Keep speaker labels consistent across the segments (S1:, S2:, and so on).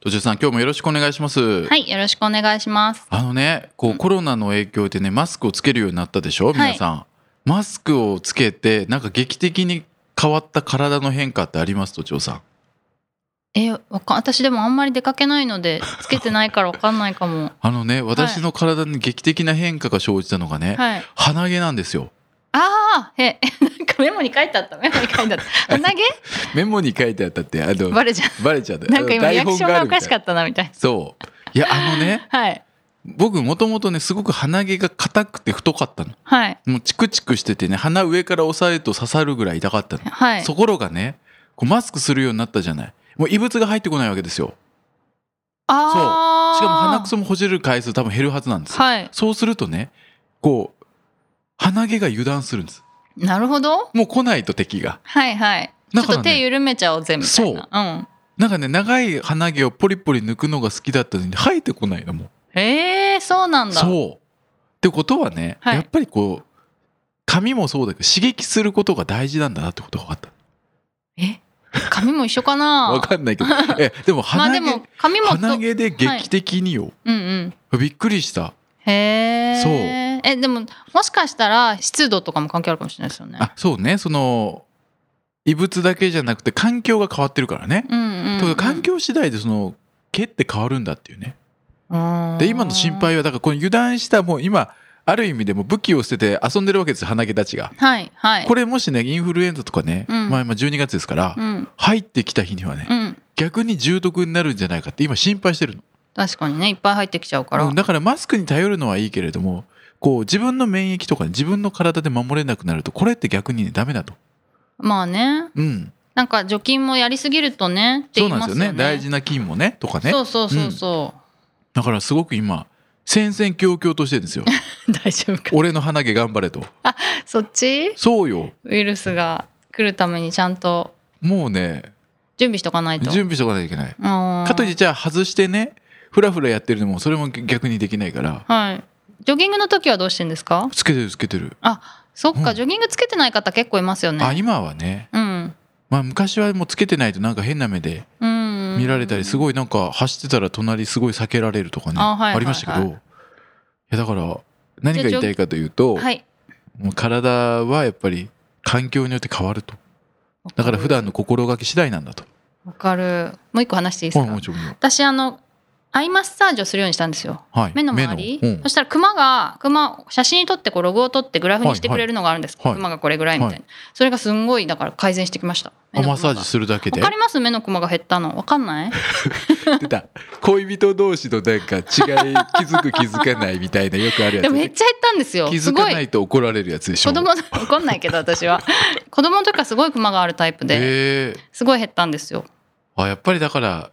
S1: 途中さん今日もよろしくお願いします
S2: はいよろしくお願いします
S1: あのねこうコロナの影響でねマスクをつけるようになったでしょ
S2: い
S1: 皆さん、マスクをつけてなんか劇的に変わった体の変化ってあります途中さん
S2: えわか私でもあんまり出かけないのでつけてないからわかんないかも
S1: あのね私の体に劇的な変化が生じたのがね、
S2: はい
S1: 鼻毛なんですよ
S2: ああえ えなんかメモに書いてあったメモに書いてあった鼻毛
S1: メモに書いてあったってあの
S2: バレちゃう
S1: バレちゃった
S2: なんか今リアクションがおかしか
S1: った
S2: ったなみたいな
S1: そういやあのね
S2: はい
S1: 僕もともとねすごく鼻毛が硬くて太かったの
S2: はい
S1: もうチクチクしててね鼻上から押さえると刺さるぐらい痛かったの
S2: はい
S1: ところがねこうマスクするようになったじゃないもう異物が入ってこないわけですよ
S2: ああ
S1: しかも鼻くそもほじれる回数多分減るはずなんですよ、
S2: はい
S1: そうするとねこう鼻毛が油断するんです
S2: なるほど
S1: もう来ないと敵が
S2: はいはい、
S1: だ
S2: ち
S1: からね
S2: ょっと手緩めちゃおうぜみたいなうん
S1: なんかね長い鼻毛をポリポリ抜くのが好きだったのに生えてこないのも
S2: へえそうなん
S1: う
S2: だ
S1: そうってことはね、
S2: はい
S1: やっぱりこう髪もそうだけど刺激することが大事なんだなってことが分かった
S2: え髪も一緒かな
S1: 分か んないけどえでも
S2: まあ
S1: 鼻毛、
S2: でも髪もと
S1: 鼻毛で劇的によ、
S2: うんうん
S1: びっくりした
S2: へえ
S1: そう
S2: えでももしかしたら湿度とかも関係あるかもしれないですよね
S1: あそうねその異物だけじゃなくて環境が変わってるからね、
S2: うんうん、
S1: とか環境次第でその毛って変わるんだっていうね
S2: うん
S1: で今の心配はだからこの油断したもう今ある意味でもう武器を捨てて遊んでるわけですよ鼻毛たちが
S2: はいはい
S1: こ
S2: れ
S1: れもしねインフルエンザとかね、
S2: うん
S1: まあ今12月ですから、
S2: うん
S1: 入ってきた日にはね、
S2: うん
S1: 逆に重篤になるんじゃないかって今心配してるの
S2: 確かにねいっぱい入ってきちゃうから、
S1: うんだからマスクに頼るのはいいけれどもこう自分の免疫とかね自分の体で守れなくなるとこれって逆にねダメだと
S2: まあね
S1: うん
S2: なんか除菌もやりすぎるとねって言
S1: そう
S2: い
S1: なん
S2: ま
S1: ですす
S2: よ
S1: よ
S2: ね
S1: ね大事な菌もねとかね
S2: そうそうそうそ
S1: だからすごく今戦々恐々としてるんで す よ
S2: う、大丈夫か
S1: 俺の鼻毛頑張れと
S2: そっち
S1: そうよ
S2: ウイルスが来るためにちゃんと
S1: もうね
S2: 準備しとかないと
S1: 準備しとかないといけない
S2: か
S1: かといってじゃあ外してねフラフラやってるのもそれも逆にできないから
S2: はいジョギングの時はどうしてんですか
S1: つけてるつけてる、
S2: そっか、
S1: うん
S2: ジョギングつけてない方結構いますよ
S1: あ
S2: ね
S1: 今はね
S2: うん
S1: まあ昔はもうつけてないとなんか変な目で
S2: うん
S1: 見られたりす
S2: い
S1: ごいなんか走ってたら隣すごい避けられるとかね
S2: あ
S1: あ,、
S2: はいはいはい
S1: りましたけどいやだから何が言いたいかというと、
S2: はい
S1: もう体はやっぱり環境によって変わるとだから普段の心がけ次第なんだと。
S2: わかるもう一個話していいで
S1: は
S2: す
S1: い、
S2: か、
S1: もちろん。
S2: 私あのアイマッサージをするようにしたんですよ
S1: はい。
S2: 目の周り
S1: 目のうん
S2: そしたらクマがクマ写真撮ってこうログを撮ってグラフにしてくれるのがあるんです、
S1: はいはい
S2: クマがこれぐらいみたいな、それがすんごいだから改善してきました
S1: あマッサージ
S2: ジ
S1: するだけ
S2: わ
S1: で。
S2: かります目のクマが減ったのわかんない
S1: 出た。恋人同士のなんか違い気づく気づかないみたいなよくある
S2: で
S1: やつ
S2: もめっ
S1: ね。
S2: ちゃ減ったんですよ
S1: 気
S2: す
S1: づ
S2: ご
S1: か
S2: い
S1: ないと怒られるやつでしょ。
S2: 子供の怒んないけど私は 子供の時からすごいクマがあるタイプで
S1: へえ
S2: すごい減ったんですよ、
S1: あやっぱりだから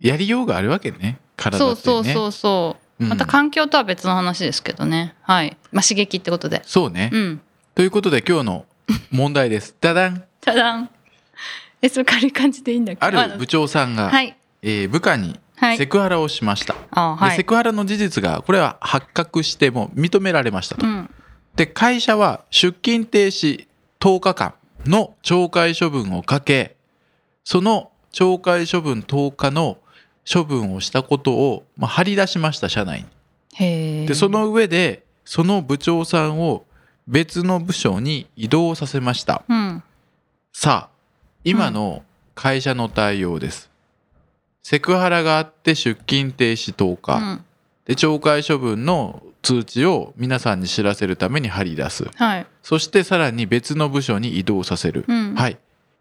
S1: やりようがあるわけね。体
S2: そう
S1: って
S2: そう
S1: ね。
S2: そうそう、
S1: うん
S2: また環境とは別の話ですけどねはい、まあ、刺激ってことで
S1: そうね
S2: う。ん
S1: ということで今 日の問題です。ダダン
S2: ただんえそれ軽い感じでいいんだっけ
S1: あ
S2: ま
S1: る部長さんが、
S2: はい
S1: えー部下に
S2: はい
S1: セクハラをしました。
S2: あは
S1: でセ
S2: い
S1: クハラの事実がこれは発覚してもう認められましたと
S2: う。ん
S1: で会社は出勤停止10日間の懲戒処分をかけその懲戒処分10日の処分をしたことを、まあ、張り出しました社内
S2: へえ
S1: にでその上でその部長さんを別の部署に移動させました
S2: うん
S1: さあ今の会社の対応です、セクハラがあって出勤停止10
S2: う
S1: 日、
S2: ん
S1: で懲戒処分の通知を皆さんに知らせるために張り出す
S2: はい
S1: そしてさらに別の部署に移動させる。
S2: うん
S1: はい。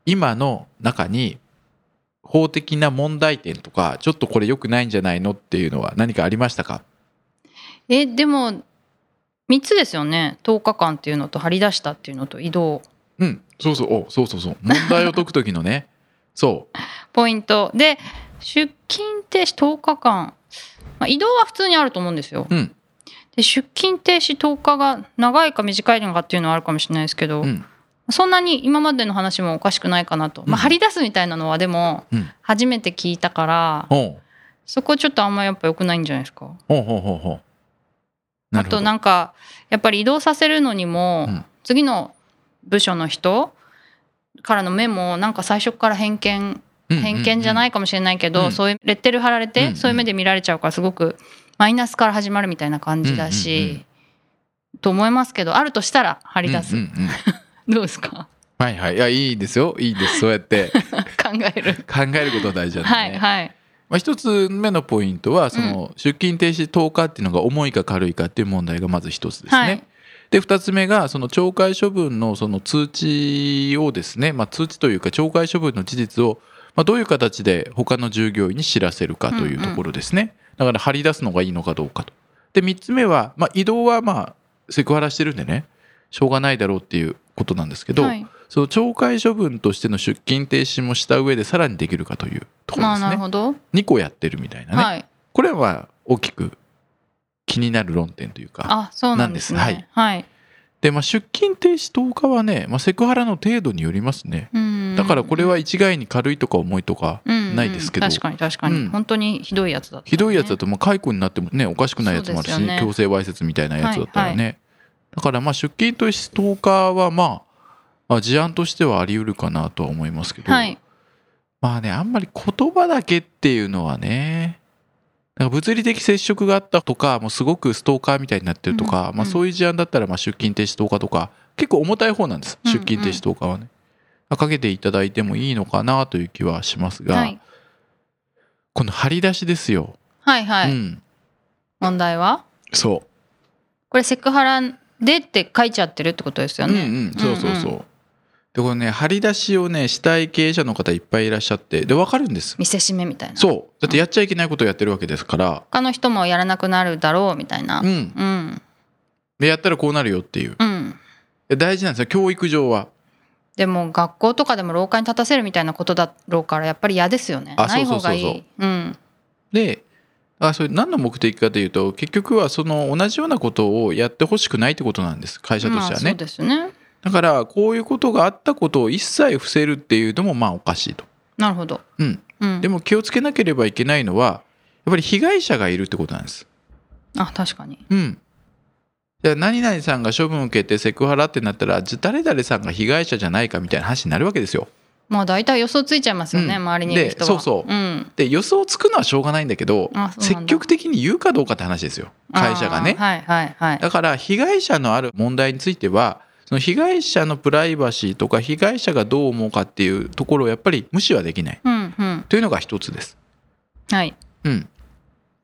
S1: 今の中に法的な問題点とか、ちょっとこれ良くないんじゃないのっていうのは何かありましたか
S2: えでも3つですよね10日間っていうのと張り出したっていうのと移動
S1: うん。そうそう、おそうそうそう。問題を解く時のね。そ
S2: ポイントで出勤停止10日間、まあ、移動は普通にあると思うんですよ、
S1: うん
S2: で出勤停止10日が長いか短いのかっていうのはあるかもしれないですけど、
S1: うん
S2: そんなに今までの話もおかしくないかなと、
S1: うん
S2: まあ、張り出すみたいなのはでも
S1: うん
S2: 初めて聞いたから、
S1: おう
S2: そこちょっとあんまやっぱ良くないんじゃないですか
S1: ほうほうほうほうな
S2: あ
S1: るほど
S2: となんかやっぱり移動させるのにも、
S1: うん
S2: 次の部署の人からのメモをなんか最初から偏見偏見じゃないいかもしれないけど、
S1: うん
S2: そういうレッテル貼られて、
S1: うん
S2: そういう目で見られちゃうからすごくマイナスから始まるみたいな感じだし、
S1: うんうんう
S2: と思いますけどあるとしたら貼
S1: あ
S2: り出す、
S1: うんうんうん
S2: どうですか
S1: はいはいいやいいですよいいですそうやって
S2: 考える、
S1: 考えることは大事なんで
S2: は
S1: ね、
S2: いはい
S1: まあ、一つ目のポイントはその出勤停止10日っていうのが重いか軽いかっていう問題がまず一つですね。
S2: はい
S1: で2つ目がその懲戒処分のその通知をですね、まあ、通知というか懲戒処分の事実を、まあ、どういう形で他の従業員に知らせるかというところですね、だから張り出すのがいいのかどうかとで3つ目は、まあ、移動はまあセクハラしてるんでねしょうがないだろうっていうことなんですけど、
S2: はい
S1: その懲戒処分としての出勤停止もした上でさらにできるかというところ
S2: ま
S1: で
S2: あ
S1: す
S2: なる
S1: ね
S2: ほど、
S1: 2個やってるみたいなね、
S2: はい
S1: これは大きく気になる論点というか
S2: あそうなんですね
S1: なんです
S2: はい、
S1: で、まあ、出勤停止10日はね、まあ、セクハラの程度によりますね
S2: うん
S1: だからこれは一概に軽いとか重いとか、ないですけど
S2: うんうん確かに確かに、
S1: うん
S2: 本当にひどいやつだった、ね、
S1: ひどいやつだともう解雇になってもねおかしくないやつもある
S2: そ
S1: し、
S2: うですよね
S1: 強制わいせつみたいなやつだったらね、
S2: はい
S1: だからまあ出勤停止10日はまあまあ事案としてはあり得るかなとは思いますけど、
S2: はい
S1: まあねあんまり言葉だけっていうのはねなんか物理的接触があったとかもうすごくストーカーみたいになってるとか、
S2: うん
S1: まあ、そういう事案だったらまあ出勤停止10日とか結構重たい方なんです
S2: うんうん
S1: 出勤停止10日はね、かけていただいてもいいのかなという気はしますが、
S2: はい
S1: この張り出しですよ、
S2: はいはい、
S1: うん
S2: 問題は
S1: そう
S2: これセクハラでって書いちゃってるってことですよね。
S1: うんうん、そうそうそう。
S2: んん
S1: でこれね張り出しをねしたい経営者の方いっぱいいらっしゃってでわかるんです。
S2: 見せしめみたいな。
S1: そうだってやっちゃいけないことをやってるわけですから、
S2: 他の人もやらなくなるだろうみたいな。
S1: う
S2: うん
S1: ん、
S2: うん、
S1: でやったらこうなるよっていうで大事なんですよ教育上は。
S2: でも学校とかでも廊下に立たせるみたいなことだろうからやっぱり嫌ですよね。
S1: あ
S2: ない
S1: そ
S2: 方
S1: うそう
S2: が
S1: そう
S2: い
S1: そう
S2: い。うん
S1: であそれ何の目的かというと結局はその同じようなことをやってほしくないってことなんです会社として
S2: まあ
S1: は
S2: そう
S1: ね。
S2: ですね。
S1: だからこういうことがあったことを一切伏せるっていうのもまあおかしいと。
S2: なるほど。
S1: うん、
S2: うん。
S1: で
S2: も
S1: も気をつけなければいけないのはやっぱり被害者がいるってことなんです。
S2: あ確かに。
S1: うん。じゃあ何々さんが処分を受けてセクハラってなったらじゃあ誰々さんが被害者じゃないかみたいな話になるわけですよ。
S2: まあ大体予想ついちゃいますよね、
S1: うん
S2: 周りにいる人は。
S1: でそうそう
S2: うん。
S1: で予想つくのはしょうがないんだけど
S2: あそうなんだ
S1: 積極的に言うかどうかって話ですよ会社がね
S2: あ。ーはいはいはい。
S1: だから被害者のある問題についてはその被害者のプライバシーとか被害者がどう思うかっていうところをやっぱり無視はできない
S2: うんうん。
S1: というのが一つです。
S2: はい。
S1: うん、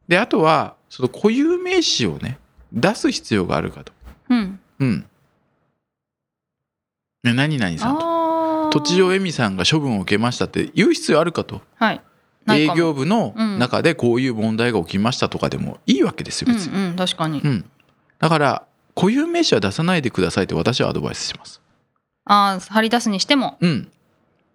S1: であとはその固有名詞をね出す必要があるかと。
S2: うん。
S1: うん、ね何々さんと
S2: ああ。
S1: 土地上恵美さんが処分を受けましたって言う必要あるかと
S2: はい。ない
S1: 営
S2: かも
S1: 業部の
S2: うん
S1: 中でこういう問題が起きましたとかでもいいわけですよ別に、
S2: うんうん確かに。
S1: うんだから固有名詞は出さないでくださいって私はアドバイスします
S2: ああ張り出すにしても。
S1: うん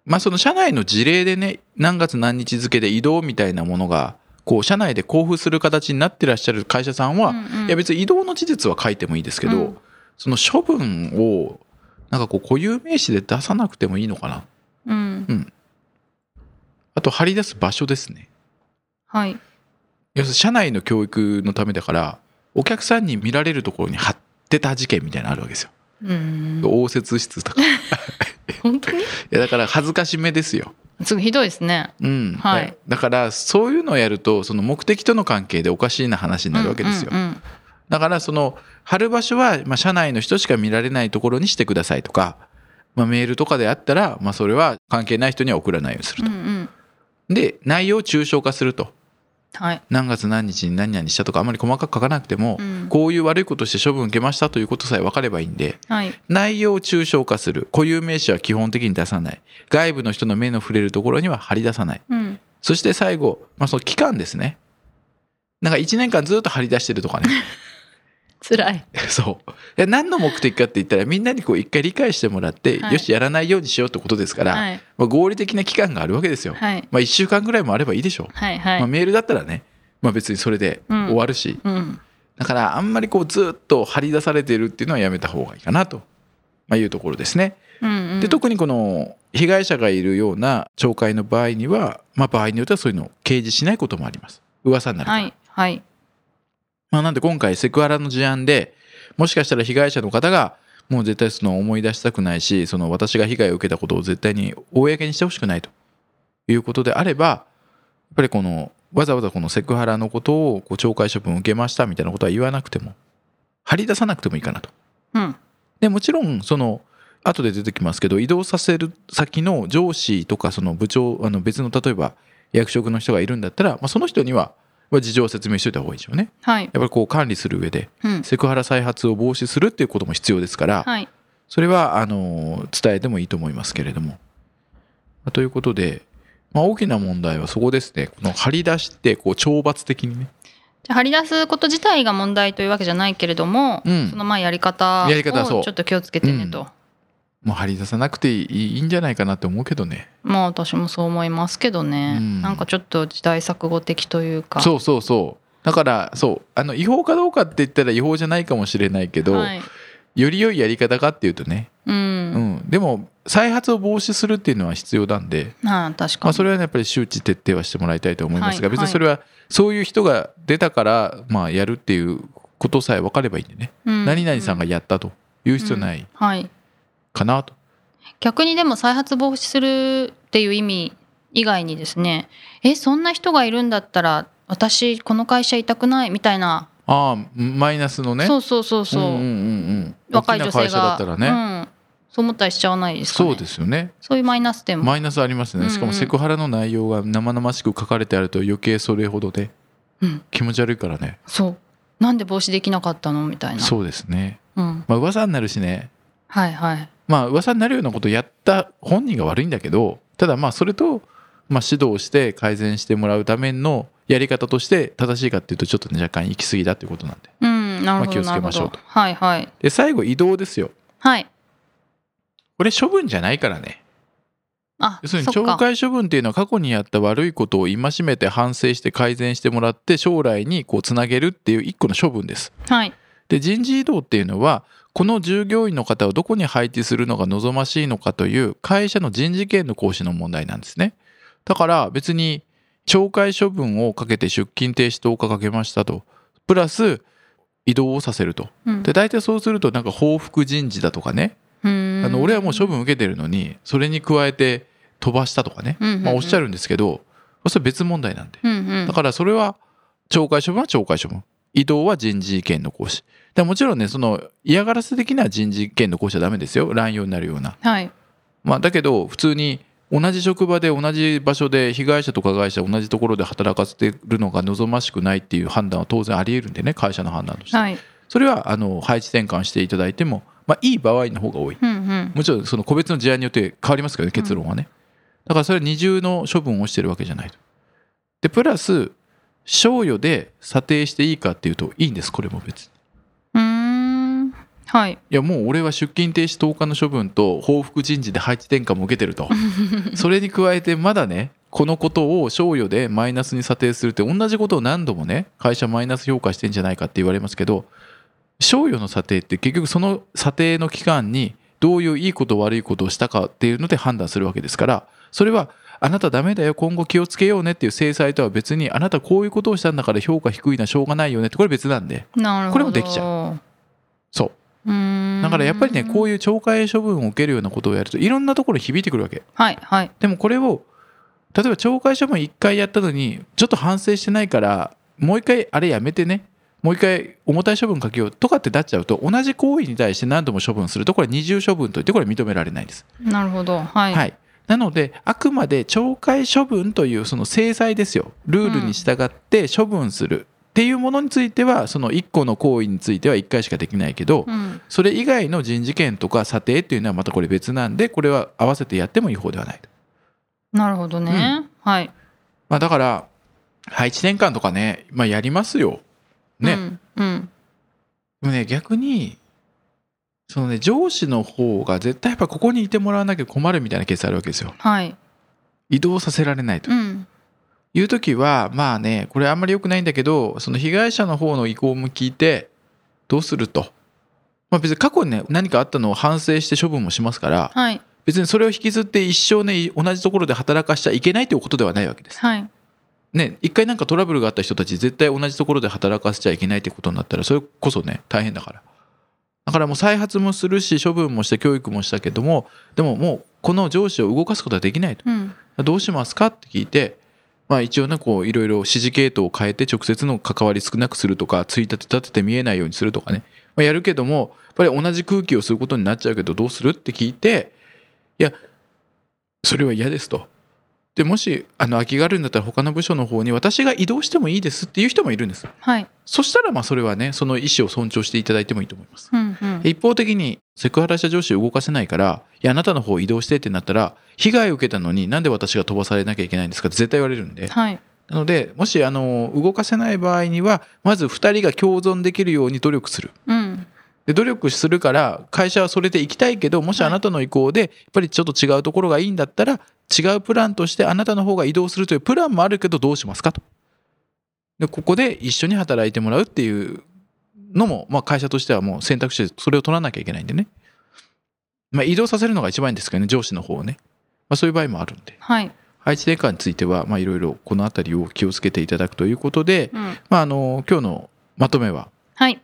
S1: まあその社内の事例でね何月何日付で移動みたいなものがこう社内で交付する形になってらっしゃる会社さんは、
S2: うんうん
S1: いや別に移動の事実は書いてもいいですけど、
S2: うん
S1: その処分をなんかこう固有名詞で出さなくてもいいのかな
S2: うん、
S1: あと張り出す場所ですね
S2: はい。
S1: 要するに社内の教育のためだからお客さんに見られるところに貼ってた事件みたいなのあるわけですよ、
S2: うん。
S1: 応接室とかい
S2: 本当に。
S1: やだから恥ずかしめですよ
S2: すごいひどいですね。
S1: うん、
S2: はい
S1: だだからそういうのをやるとその目的との関係でおかしいな話になるわけですよ、
S2: うんうん
S1: だからその貼る場所は、まあ、社内の人しか見られないところにしてくださいとか、まあ、メールとかであったら、まあ、それは関係ない人には送らないようにする
S2: うんう
S1: と、
S2: んうん
S1: で内容を抽象化すると
S2: はい。
S1: 何月何日に何々したとかあまり細かく書かなくても、
S2: うん
S1: こういう悪いことして処分受けましたということさえ分かればいいんで
S2: はい。
S1: 内容を抽象化する固有名詞は基本的に出さない外部の人の目の触れるところには貼り出さない
S2: うん。
S1: そして最後、まあ、その期間ですねなんか1年間ずっと貼り出してるとかね
S2: 辛い。
S1: そうで何の目的かって言ったらみんなにこう一回理解してもらって、
S2: はい
S1: よしやらないようにしようってことですから、
S2: はい。
S1: まあ、合理的な期間があるわけですよ、
S2: はい。
S1: まあ、1週間ぐらいもあればいいでしょう、
S2: はい。は
S1: まあ、
S2: い。
S1: メールだったらね、まあ、別にそれで
S2: うん
S1: 終わるし、
S2: うん。
S1: だからあんまりこうずっと張り出されてるっていうのはやめた方がいいかなと、まあ、いうところですね。
S2: うん、うん。
S1: で特にこの被害者がいるような懲戒の場合には、まあ、場合によってはそういうのを掲示しないこともあります噂になるから、
S2: はい。はい。
S1: まあ、なんで今回セクハラの事案でもしかしたら被害者の方がもう絶対その思い出したくないしその私が被害を受けたことを絶対に公にしてほしくないということであればやっぱりこのわざわざこのセクハラのことをこう懲戒処分を受けましたみたいなことは言わなくても張り出さなくてもいいかなと。
S2: うん。
S1: でもちろんその後で出てきますけど移動させる先の上司とかその部長あの別の例えば役職の人がいるんだったら、まあ、その人にはまあ事情を説明しといた方がいいでしょうね。
S2: はい。
S1: やっぱりこう管理する上で
S2: うん。
S1: セクハラ再発を防止するっていうことも必要ですから、
S2: はい。
S1: それはあの伝えてもいいと思いますけれども。ということで、まあ、大きな問題はそこですねこの張り出してこう懲罰的にね
S2: じゃあ張り出すこと自体が問題というわけじゃないけれども、
S1: うん
S2: そのまあやり方を
S1: やり方そう
S2: ちょっと気をつけてねと、
S1: もう張り出さなくていいいいんじゃないかなって思うけどね。
S2: まあ私もそう思いますけどね、
S1: うん
S2: なんかちょっと時代錯誤的というか
S1: そうそうそうだからそうあの違法かどうかって言ったら違法じゃないかもしれないけど、
S2: はい
S1: より良いやり方かっていうとね、
S2: う、
S1: うんんでも再発を防止するっていうのは必要なんで、
S2: まあ確か
S1: まあ、
S2: に、
S1: それはねやっぱり周知徹底はしてもらいたいと思いますが、
S2: はい
S1: 別にそれはそういう人が出たから、まあ、やるっていうことさえ分かればいいんでね、
S2: うん
S1: 何々さんがやったという必要な
S2: う
S1: い
S2: んはい
S1: かなと、
S2: 逆にでも再発防止するっていう意味以外にですねえそんな人がいるんだったら私この会社いたくないみたいな、
S1: ああマイナスのね
S2: そうそうそうそう、
S1: んうんうんうん
S2: 若い女性
S1: 大きな会社だ
S2: が
S1: ったらね、
S2: うん、そう思ったりしちゃわないですか、ね、
S1: そうですよね
S2: そういうマイナス点も、
S1: マイナスありますねし
S2: う
S1: か
S2: んう
S1: も
S2: ん
S1: セクハラの内容が生々しく書かれてあると余計それほどで
S2: うん、
S1: 気持ち悪いからね
S2: そうなんで防止できなかったのみたいなう、
S1: そうですね
S2: ん、
S1: まあ噂になるしね
S2: はいはい
S1: まあ噂になるようなことやった本人が悪いんだけどただまあそれと、まあ、指導して改善してもらうためのやり方として正しいかっていうとちょっとね若干行き過ぎだっていうことなんで
S2: うんなるほど
S1: まあ気をつけましょう
S2: な
S1: と
S2: るほどはいはい
S1: で最後移動ですよ
S2: はい
S1: これ処分じゃないからね
S2: あ
S1: 要するに
S2: そっか
S1: 懲戒処分っていうのは過去にやった悪いことを戒めて反省して改善してもらって将来にこうつなげるっていう一個の処分です
S2: はい
S1: で人事異動っていうのはこの従業員の方をどこに配置するのが望ましいのかという会社の人事権の行使の問題なんですねだから別に懲戒処分をかけて出勤停止10日かけましたとプラス移動をさせると
S2: うん
S1: で大体そうするとなんか報復人事だとかね
S2: うん
S1: あの俺はもう処分受けてるのにそれに加えて飛ばしたとかね、
S2: うんうんうん
S1: まあ、おっしゃるんですけどそれは別問題なんで
S2: うんうん
S1: だからそれは懲戒処分は懲戒処分移動は人事意見の行使でもちろんねその嫌がらせ的な人事意見の行使はダメですよ乱用になるような
S2: はい
S1: まあだけど普通に同じ職場で同じ場所で被害者と加害者同じところで働かせてるのが望ましくないっていう判断は当然ありえるんでね会社の判断として
S2: はい
S1: それはあの配置転換していただいてもまあいい場合の方が多い
S2: うんうん
S1: もちろんその個別の事案によって変わりますけどね結論はね、だからそれは二重の処分をしてるわけじゃないとでプラス賞与で査定していいかっていうといいんですこれも別に
S2: うーんはい
S1: いやもう俺は出勤停止10日の処分と報復人事で配置転換も受けてるとそれに加えてまだねこのことを賞与でマイナスに査定するって同じことを何度もね会社マイナス評価してんじゃないかって言われますけど賞与の査定って結局その査定の期間にどういういいこと悪いことをしたかっていうので判断するわけですからそれはあなたダメだよ今後気をつけようねっていう制裁とは別にあなたこういうことをしたんだから評価低いなしょうがないよねってこれ別なんで
S2: なるほど
S1: これもできちゃそう
S2: うーん
S1: だからやっぱりねこういう懲戒処分を受けるようなことをやるといろんなところに響いてくるわけ
S2: はいはい
S1: でもこれを例えば懲戒処分1回やったのにちょっと反省してないからもう1回あれやめてねもう1回重たい処分かけようとかってなっちゃうと同じ行為に対して何度も処分するとこれ二重処分といってこれ認められないんです、
S2: なるほどはい、
S1: はい、なのであくまで懲戒処分というその制裁ですよルールに従って処分するっていうものについてはその1個の行為については1回しかできないけど、
S2: うん
S1: それ以外の人事権とか査定っていうのはまたこれ別なんでこれは合わせてやっても違法ではないと、
S2: なるほどね、はい
S1: まあ、だから配置転換とかね、まあ、やりますよね、
S2: うんうん
S1: でもね逆にそのね上司の方が絶対やっぱここにいてもらわなきゃ困るみたいなケースあるわけですよ
S2: はい。
S1: 移動させられないと
S2: うん。
S1: いう時はまあねこれあんまり良くないんだけどその被害者の方の意向も聞いてどうすると、まあ、別に過去にね何かあったのを反省して処分もしますから
S2: はい。
S1: 別にそれを引きずって一生ねい同じところで働かしちゃいけないということではないわけです。
S2: はい。
S1: ね一回なんかトラブルがあった人たち絶対同じところで働かせちゃいけないってことになったらそれこそね大変だから。だからもう再発もするし処分もして教育もしたけどもでももうこの上司を動かすことはできないと。
S2: うん。
S1: どうしますかって聞いて、まあ、一応ねこういろいろ指示系統を変えて直接の関わり少なくするとかついたて立てて見えないようにするとかね、まあ、やるけどもやっぱり同じ空気を吸うことになっちゃうけどどうするって聞いていやそれは嫌ですと。でもしあの空きがあるんだったら他の部署の方に私が移動してもいいですっていう人もいるんです。
S2: はい。
S1: そしたらまあそれはねその意思を尊重していただいてもいいと思います。
S2: うん。うん。
S1: 一方的にセクハラした上司を動かせないから、いや、あなたの方移動してってなったら、被害を受けたのになんで私が飛ばされなきゃいけないんですかって絶対言われるんで。
S2: はい。
S1: なので、もし、あの、動かせない場合には、まず二人が共存できるように努力する。
S2: うん。
S1: で、努力するから、会社はそれで行きたいけど、もし
S2: はい
S1: あなたの意向で、やっぱりちょっと違うところがいいんだったら、違うプランとしてあなたの方が移動するというプランもあるけど、どうしますかと。で、ここで一緒に働いてもらうっていうのも、まあ会社としてはもう選択肢でそれを取らなきゃいけないんでね。まあ移動させるのが一番いいんですけどね、上司の方をね。まあそういう場合もあるんで。
S2: はい。
S1: 配置転換については、まあいろいろこのあたりを気をつけていただくということで、
S2: うん。
S1: まああの、今日のまとめは、
S2: はい。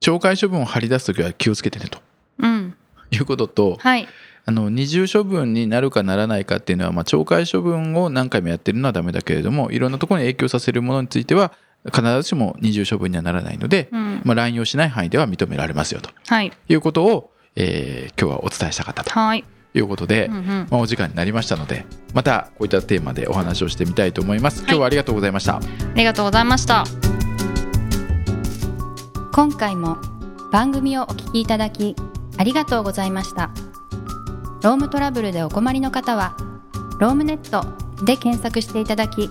S1: 懲戒処分を張り出すときは気をつけてねと。
S2: うん。
S1: いうことと、
S2: はい。
S1: あの二重処分になるかならないかっていうのは、まあ、懲戒処分を何回もやってるのはダメだけれどもいろんなところに影響させるものについては必ずしも二重処分にはならないので、
S2: うん。
S1: まあ、乱用しない範囲では認められますよと
S2: はい。
S1: いうことを、えー今日はお伝えしたかったと
S2: はい。
S1: いうことで、
S2: うん。うん。
S1: まあ、お時間になりましたのでまたこういったテーマでお話をしてみたいと思います。今日はありがとうございました、
S2: ありがとうございました。
S3: 今回も番組をお聞きいただきありがとうございましたロームトラブルでお困りの方は「ロームネット」で検索していただき